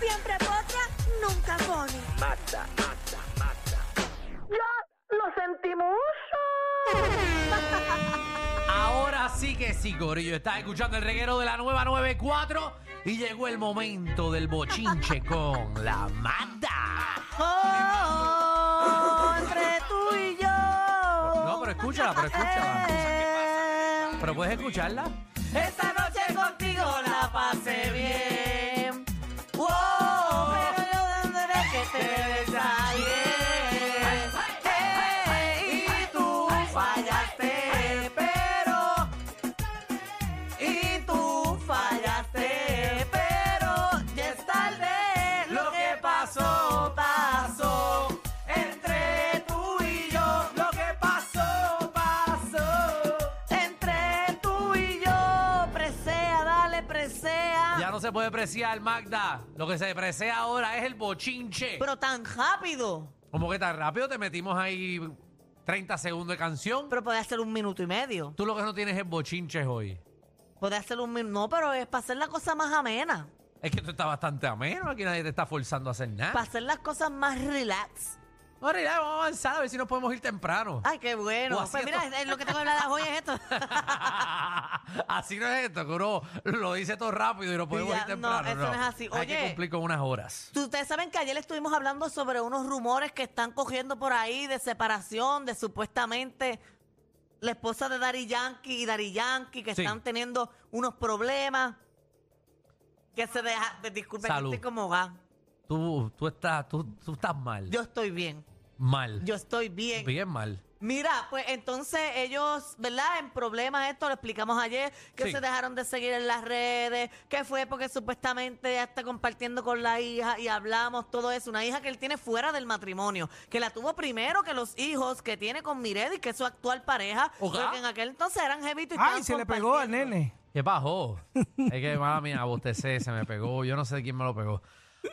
Siempre potra, nunca pone. ¡Lo sentimos! Ahora sí que sí, Corillo. Estás escuchando el reguero de la nueva 94 y llegó el momento del bochinche con la Magda. Oh, entre tú y yo. Eh. No, pero escúchala, pero escúchala. Eh, Pero puedes escucharla. Esta noche contigo la pasé bien. Wow, pero yo tendré que te desagué. Eh, Hey, y tú fallaste, pero. Y tú fallaste, pero ya es tarde. Lo que pasó, pasó. Entre tú y yo, lo que pasó, pasó. Entre tú y yo, presea, dale, presea. Ya no se puede preciar, Magda. Lo que se precia ahora es el bochinche. Pero tan rápido. Como que tan rápido te metimos ahí 30 segundos de canción. Pero puede hacer un minuto y medio. Tú lo que no tienes es bochinches hoy. Puede hacer un minuto. No, pero es para hacer la cosa más amena. Es que tú estás bastante ameno. Aquí nadie te está forzando a hacer Para nada. hacer las cosas más relax. No, relax, vamos a avanzar a ver si nos podemos ir temprano. Ay, qué bueno. O así Pues mira, esto. es- es lo que tengo que hablar hoy es esto. así no es esto, que uno lo dice todo rápido y lo podemos Ya, ir temprano. no, eso no es así. Hay que Oye. cumplir con unas horas. Tú- Ustedes saben que ayer estuvimos hablando sobre unos rumores que están cogiendo por ahí de separación, de supuestamente la esposa de Dari Yankee y Dari Yankee que Sí. están teniendo unos problemas. Que se deja. Disculpen, Salud. estoy como va. Tú, tú, estás, tú, tú estás mal. Yo estoy bien. mal. Yo estoy bien. Bien mal. Mira, pues entonces ellos, ¿verdad? En problemas esto, lo explicamos ayer, que Sí. se dejaron de seguir en las redes, que fue porque supuestamente ya está compartiendo con la hija y hablamos todo eso. Una hija que él tiene fuera del matrimonio, que la tuvo primero que los hijos que tiene con Miredi, que es su actual pareja, Ojalá. porque en aquel entonces eran jevito y Ay, estaban se le pegó al compartiendo. nene. ¿Qué bajó? es que, mala mía, bostecé, se me pegó. Yo no sé quién me lo pegó.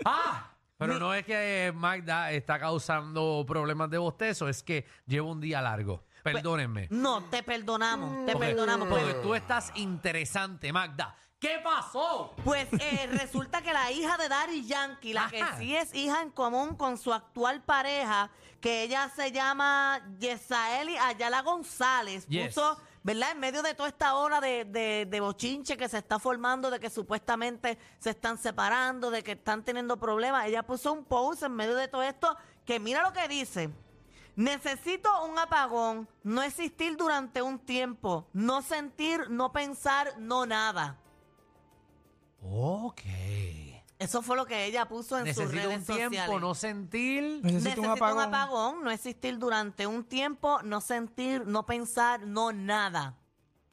¡Ah! Pero no es que eh, Magda está causando problemas de bostezo, es que llevo un día largo. Perdónenme. No, te perdonamos, te Porque- Pues, perdonamos. Porque pues. tú estás interesante, Magda. ¿Qué pasó? Pues eh, resulta que la hija de Daddy Yankee, la que Ajá. sí es hija en común con su actual pareja, que ella se llama Yesaeli Ayala González, Yes. puso, ¿verdad? En medio de toda esta ola de, de- de bochinche que se está formando, de que supuestamente se están separando, de que están teniendo problemas, ella puso un post en medio de todo esto que mira lo que dice. Necesito un apagón, no existir durante un tiempo, no sentir, no pensar, no nada. Ok. Eso fue lo que ella puso en sus Necesito redes un tiempo, sociales. no sentir. Necesito, un apagón. no existir durante un tiempo, no sentir, no pensar, no nada.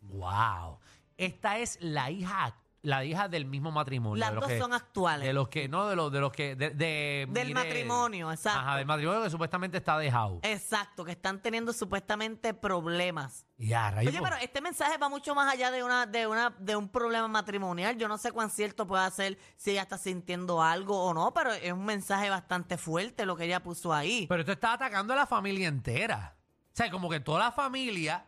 Wow. Esta es la hija, la hija del mismo matrimonio. Las de los dos que- son actuales. De los que, no, de los, de los que. de- de- Del mire- matrimonio, exacto. Eh, Ajá, del matrimonio que supuestamente está dejado. Exacto, que están teniendo supuestamente problemas. ya, rayos. Oye, pero este mensaje va mucho más allá de una, de una, de un problema matrimonial. Yo no sé cuán cierto puede ser si ella está sintiendo algo o no, pero es un mensaje bastante fuerte lo que ella puso ahí. Pero esto está atacando a la familia entera. O sea, como que toda la familia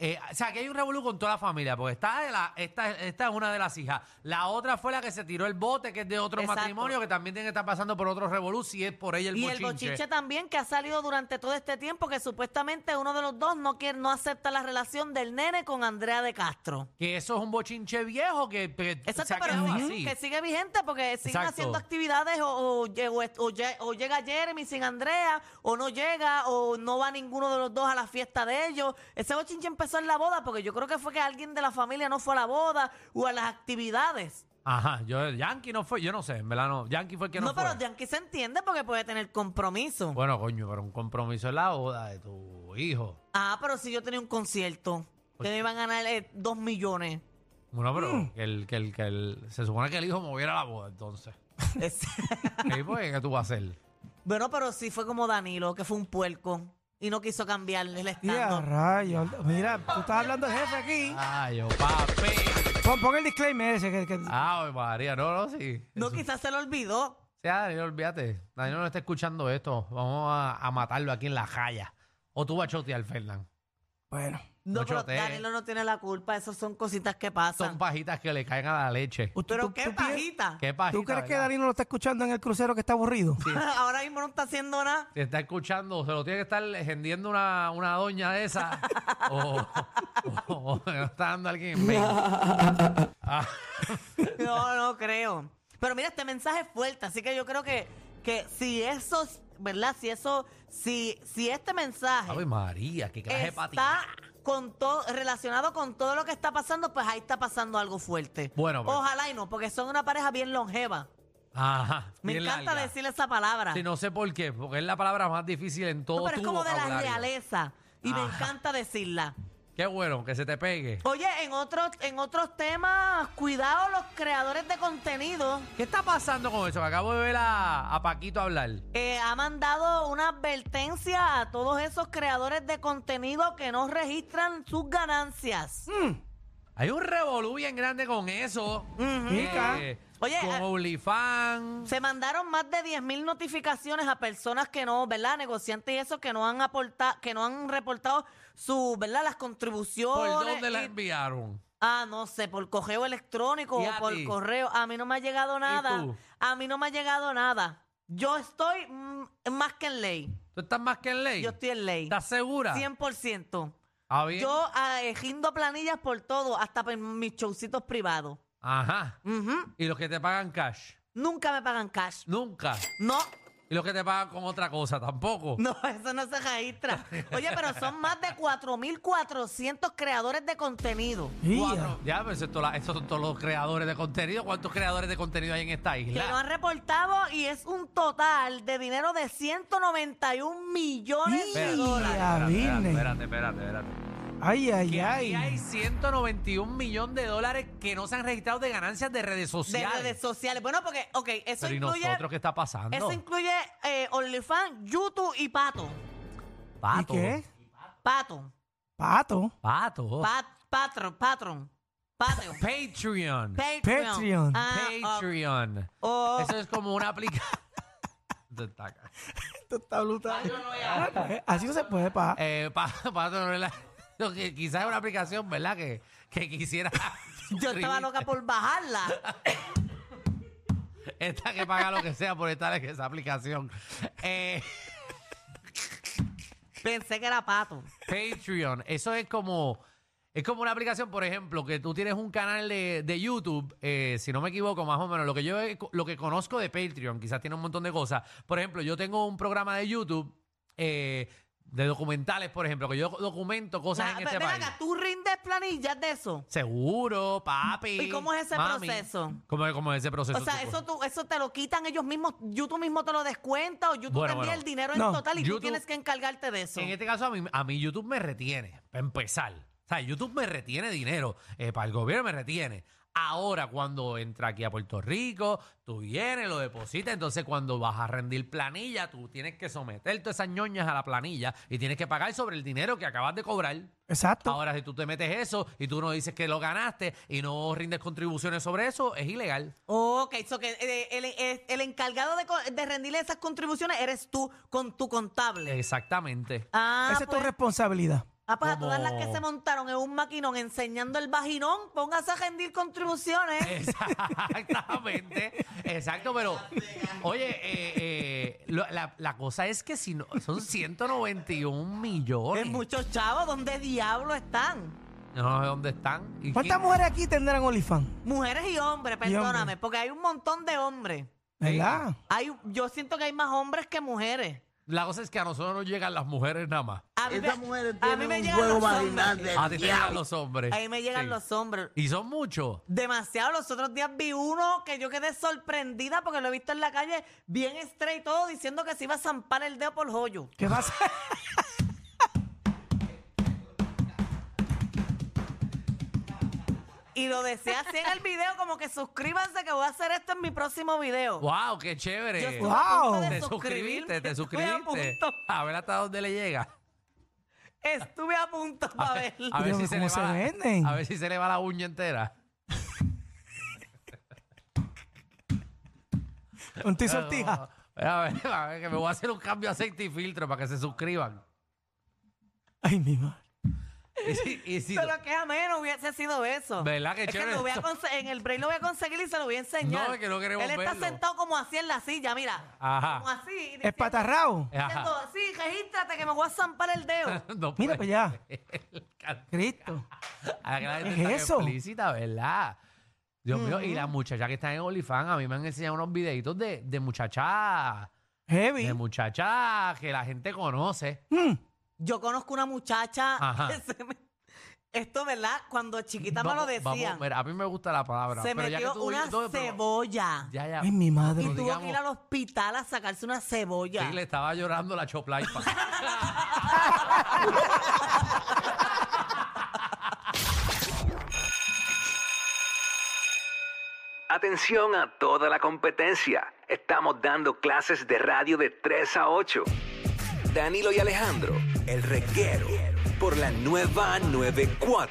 Eh, o sea, que hay un revolú con toda la familia, porque está de la, esta, esta es una de las hijas. La otra fue la que se tiró el bote, que es de otro Exacto. matrimonio, que también tiene que estar pasando por otro revolú, si es por ella el y bochinche. el bochinche también que ha salido durante todo este tiempo que supuestamente uno de los dos no quiere, no acepta la relación del nene con Andrea de Castro. Que eso es un bochinche viejo que, que se Exacto, ha pero quedado sí, así. que sigue vigente porque siguen Exacto. haciendo actividades o, o lle- o est- o lle- o llega Jeremy sin Andrea o no llega o no va ninguno de los dos a la fiesta de ellos. Ese bochinche empezó en la boda porque yo creo que fue que alguien de la familia no fue a la boda o a las actividades. Ajá, yo, Yankee no fue, yo no sé, en verdad no. Yankee fue el que no, No, pero fue. Yankee se entiende porque puede tener compromiso. Bueno, coño, pero un compromiso en la boda de tu hijo. Ah, pero si yo tenía un concierto, que me iban a ganar eh, dos millones. Bueno, pero Mm. que, el, que, el, que el- se supone que el hijo moviera la boda, entonces. Es- ¿Y pues qué tú vas a hacer? bueno, pero sí fue como Danilo, que fue un puerco y no quiso cambiarle el Y a estando. rayos. Mira, tú estás hablando de jefe aquí. Ay, yo, papi. Pon, pon el disclaimer ese. Que, que- Ay, María, no, no, sí. No, Eso- quizás se lo olvidó. Sí, ah, Daniel, olvídate. Daniel no está escuchando esto. Vamos a, a matarlo aquí en la jaya. O tú vas a chotear, Fernán. Bueno, No, No pero chotee. Danilo no tiene la culpa, esas son cositas que pasan. Son pajitas que le caen a la leche. usted- pero tú- qué tú piensas- pajita. ¿Qué pajita? ¿Tú crees que verdad? Danilo lo está escuchando en el crucero que está aburrido? Ahora mismo no está haciendo nada. Si está escuchando, se lo tiene que estar vendiendo una, una doña de esa. o, o- o se lo está dando a alguien en México. No, no creo. Pero mira, este mensaje es fuerte, así que yo creo que, que si eso, es- ¿verdad? Si eso, si, si este mensaje Ay, María, qué clase de está patina. con todo relacionado con todo lo que está pasando, pues ahí está pasando algo fuerte. Bueno, pero- ojalá y no, porque son una pareja bien longeva. Ajá. Me bien encanta larga. decir esa palabra. Sí, no sé por qué, porque es la palabra más difícil en todo No, pero es tu como de la vocabulario. realeza y me Ajá. encanta decirla. Qué bueno, que se te pegue. Oye, en otros en otros temas, cuidado los creadores de contenido. ¿Qué está pasando con eso? Que acabo de ver a, a Paquito hablar. eh, ha mandado una advertencia a todos esos creadores de contenido que no registran sus ganancias. Hay un revolú bien grande con eso. Eh, Oye, con ah- OnlyFans. Se mandaron más de 10.000 notificaciones a personas que no, ¿verdad? Negociantes y eso que no han aportado, que no han reportado su, ¿verdad? Las ¿Por contribuciones. dónde la y- enviaron? Ah, no sé, por correo electrónico ¿Y o a por ti? correo. A mí no me ha llegado nada. tú? A mí no me ha llegado nada. Yo estoy mm, más que en ley. ¿Tú estás más que en ley? Yo estoy en ley. ¿Estás segura? 100%. Ah, bien. Yo agindo planillas por todo, hasta por mis showcitos privados. Ajá. Ujú. ¿Y los que te pagan cash? Nunca me pagan cash. Nunca. No, ¿Y los que te pagan con otra cosa? Tampoco. no, eso no se registra. Oye, pero son más de 4.400 creadores de contenido. Ya. Cuatro. Ya, pero eso es toda la- esos son todos los creadores de contenido. ¿Cuántos creadores de contenido hay en esta Que lo isla? han reportado y es un total de dinero de 191 millones de ¡Ya, dólares. vine! espérate, espérate, espérate. Ay, ay, Que aquí ay. hay 191 millones de dólares que no se han registrado de ganancias de redes De sociales. redes sociales. Bueno, porque, ok, eso Pero ¿y incluye, nosotros qué está pasando? eso incluye eh, OnlyFans, YouTube y Pato. ¿Y Pato. qué? Pato. Pato. Pato. Pat, patron, patron. Patreon. Patreon. Patreon. Ah, Patreon. oh, oh. Eso es como una aplicación. Esto está brutal. Pues, Así no se puede, pa. eh, pa- Pato, no es la- lo que quizás es una aplicación, ¿verdad? Que, que quisiera. yo estaba loca por bajarla. Esta que paga lo que sea por estar en esa aplicación. Eh, Pensé que era pato. Patreon, eso es como. Es como una aplicación, por ejemplo, que tú tienes un canal de, de YouTube, eh, si no me equivoco, más o menos, lo que yo he- lo que conozco de Patreon, quizás tiene un montón de cosas. Por ejemplo, yo tengo un programa de YouTube eh, de documentales, por ejemplo, que yo documento cosas Nah, en ve- este Ah, ven país. acá, tú rindes planillas de eso. Seguro, papi. ¿Y cómo es ese mami. proceso? ¿Cómo es, cómo es ese proceso? O sea, tipo? eso, tú, eso te lo quitan ellos mismos. YouTube mismo te lo descuenta o YouTube Bueno, te envía bueno. el dinero en No, total y tú YouTube- tienes que encargarte de eso. En este caso, a mí, a mí YouTube me retiene, para empezar. O sea, YouTube me retiene dinero, eh, para el gobierno me retiene. Ahora, cuando entra aquí a Puerto Rico, tú vienes, lo depositas, entonces cuando vas a rendir planilla, tú tienes que someter todas esas ñoñas a la planilla y tienes que pagar sobre el dinero que acabas de cobrar. Exacto. Ahora, si tú te metes eso y tú no dices que lo ganaste y no rindes contribuciones sobre eso, es ilegal. Ok, so que eh, el, el- el encargado de, co- de rendirle esas contribuciones eres tú con tu contable. Eh, Exactamente. Ah, Esa es tu pues, responsabilidad. Ah, pues a todas las Como- que se montaron en un maquinón enseñando el vaginón, póngase a rendir contribuciones. Exactamente, exacto, pero oye, eh, eh, lo- la, la cosa es que si no, son 191 millones. Es muchos chavos, ¿dónde diablo están? No sé dónde están. ¿Y ¿Cuántas quién- mujeres aquí tendrán OnlyFans? Mujeres y hombres, Y hombres. perdóname, porque hay un montón de hombres. ¿Verdad? Hay, yo siento que hay más hombres que mujeres. La cosa es que a nosotros nos llegan las mujeres nada más. A mí Esta me- mujer a mí tiene me un llegan juego los hombres. vaginal de A ti te llegan los hombres. Ahí me llegan Sí. los hombres. Y son muchos. Demasiado. Los otros días vi uno que yo quedé sorprendida porque lo he visto en la calle bien straight y todo diciendo que se iba a zampar el dedo por joyo. ¿Qué pasa? Y lo decía así en el video, como que suscríbanse que voy a hacer esto en mi próximo video. ¡Wow! ¡Qué Yo chévere! estuve a punto Wow. de suscribirme, Te suscribiste, te estuve a suscribiste. punto- A ver hasta dónde le llega. Estuve a punto para verlo. A ver Pero si se ¿cómo le se va. venden? A ver si se le va la uña entera. Un ti sortija. A ver, a ver, que me voy a hacer un cambio de aceite y filtro para que se suscriban. Ay, mi madre. Y si- y si- Pero que menos hubiese sido eso. ¿Verdad que es que chévere? lo voy a conse- en el break lo voy a conseguir y se lo voy a enseñar. No, es que no queremos Él está verlo. Ah. sentado como así en la silla, mira. Ajá. Como así. diciendo- Espatarrao. diciendo, Ajá. sí, regístrate que me voy a zampar el dedo. No Mira puede para allá. ser. Cristo. Ah, que la gente ¿Qué está es eso? explícita, ¿verdad? Dios mío, y las muchachas que están en OnlyFans, a mí me han enseñado unos videitos de, de muchachas, Heavy. de muchachas que la gente conoce. Mm. Yo conozco una muchacha Ajá. que se me- Esto, ¿verdad? Cuando chiquita me lo Vamos- vamos, decían, mira, a mí me gusta la palabra. se pero ya que metió tú- una tú- pero- cebolla. Ya, ya. Ay, mi madre. y tuvo digamos- que ir al hospital a sacarse una cebolla. Sí, le estaba llorando la choplaipa. Atención a toda la competencia. Estamos dando clases de radio de 3 a 8. Danilo y Alejandro, el reguero, por la nueva 94.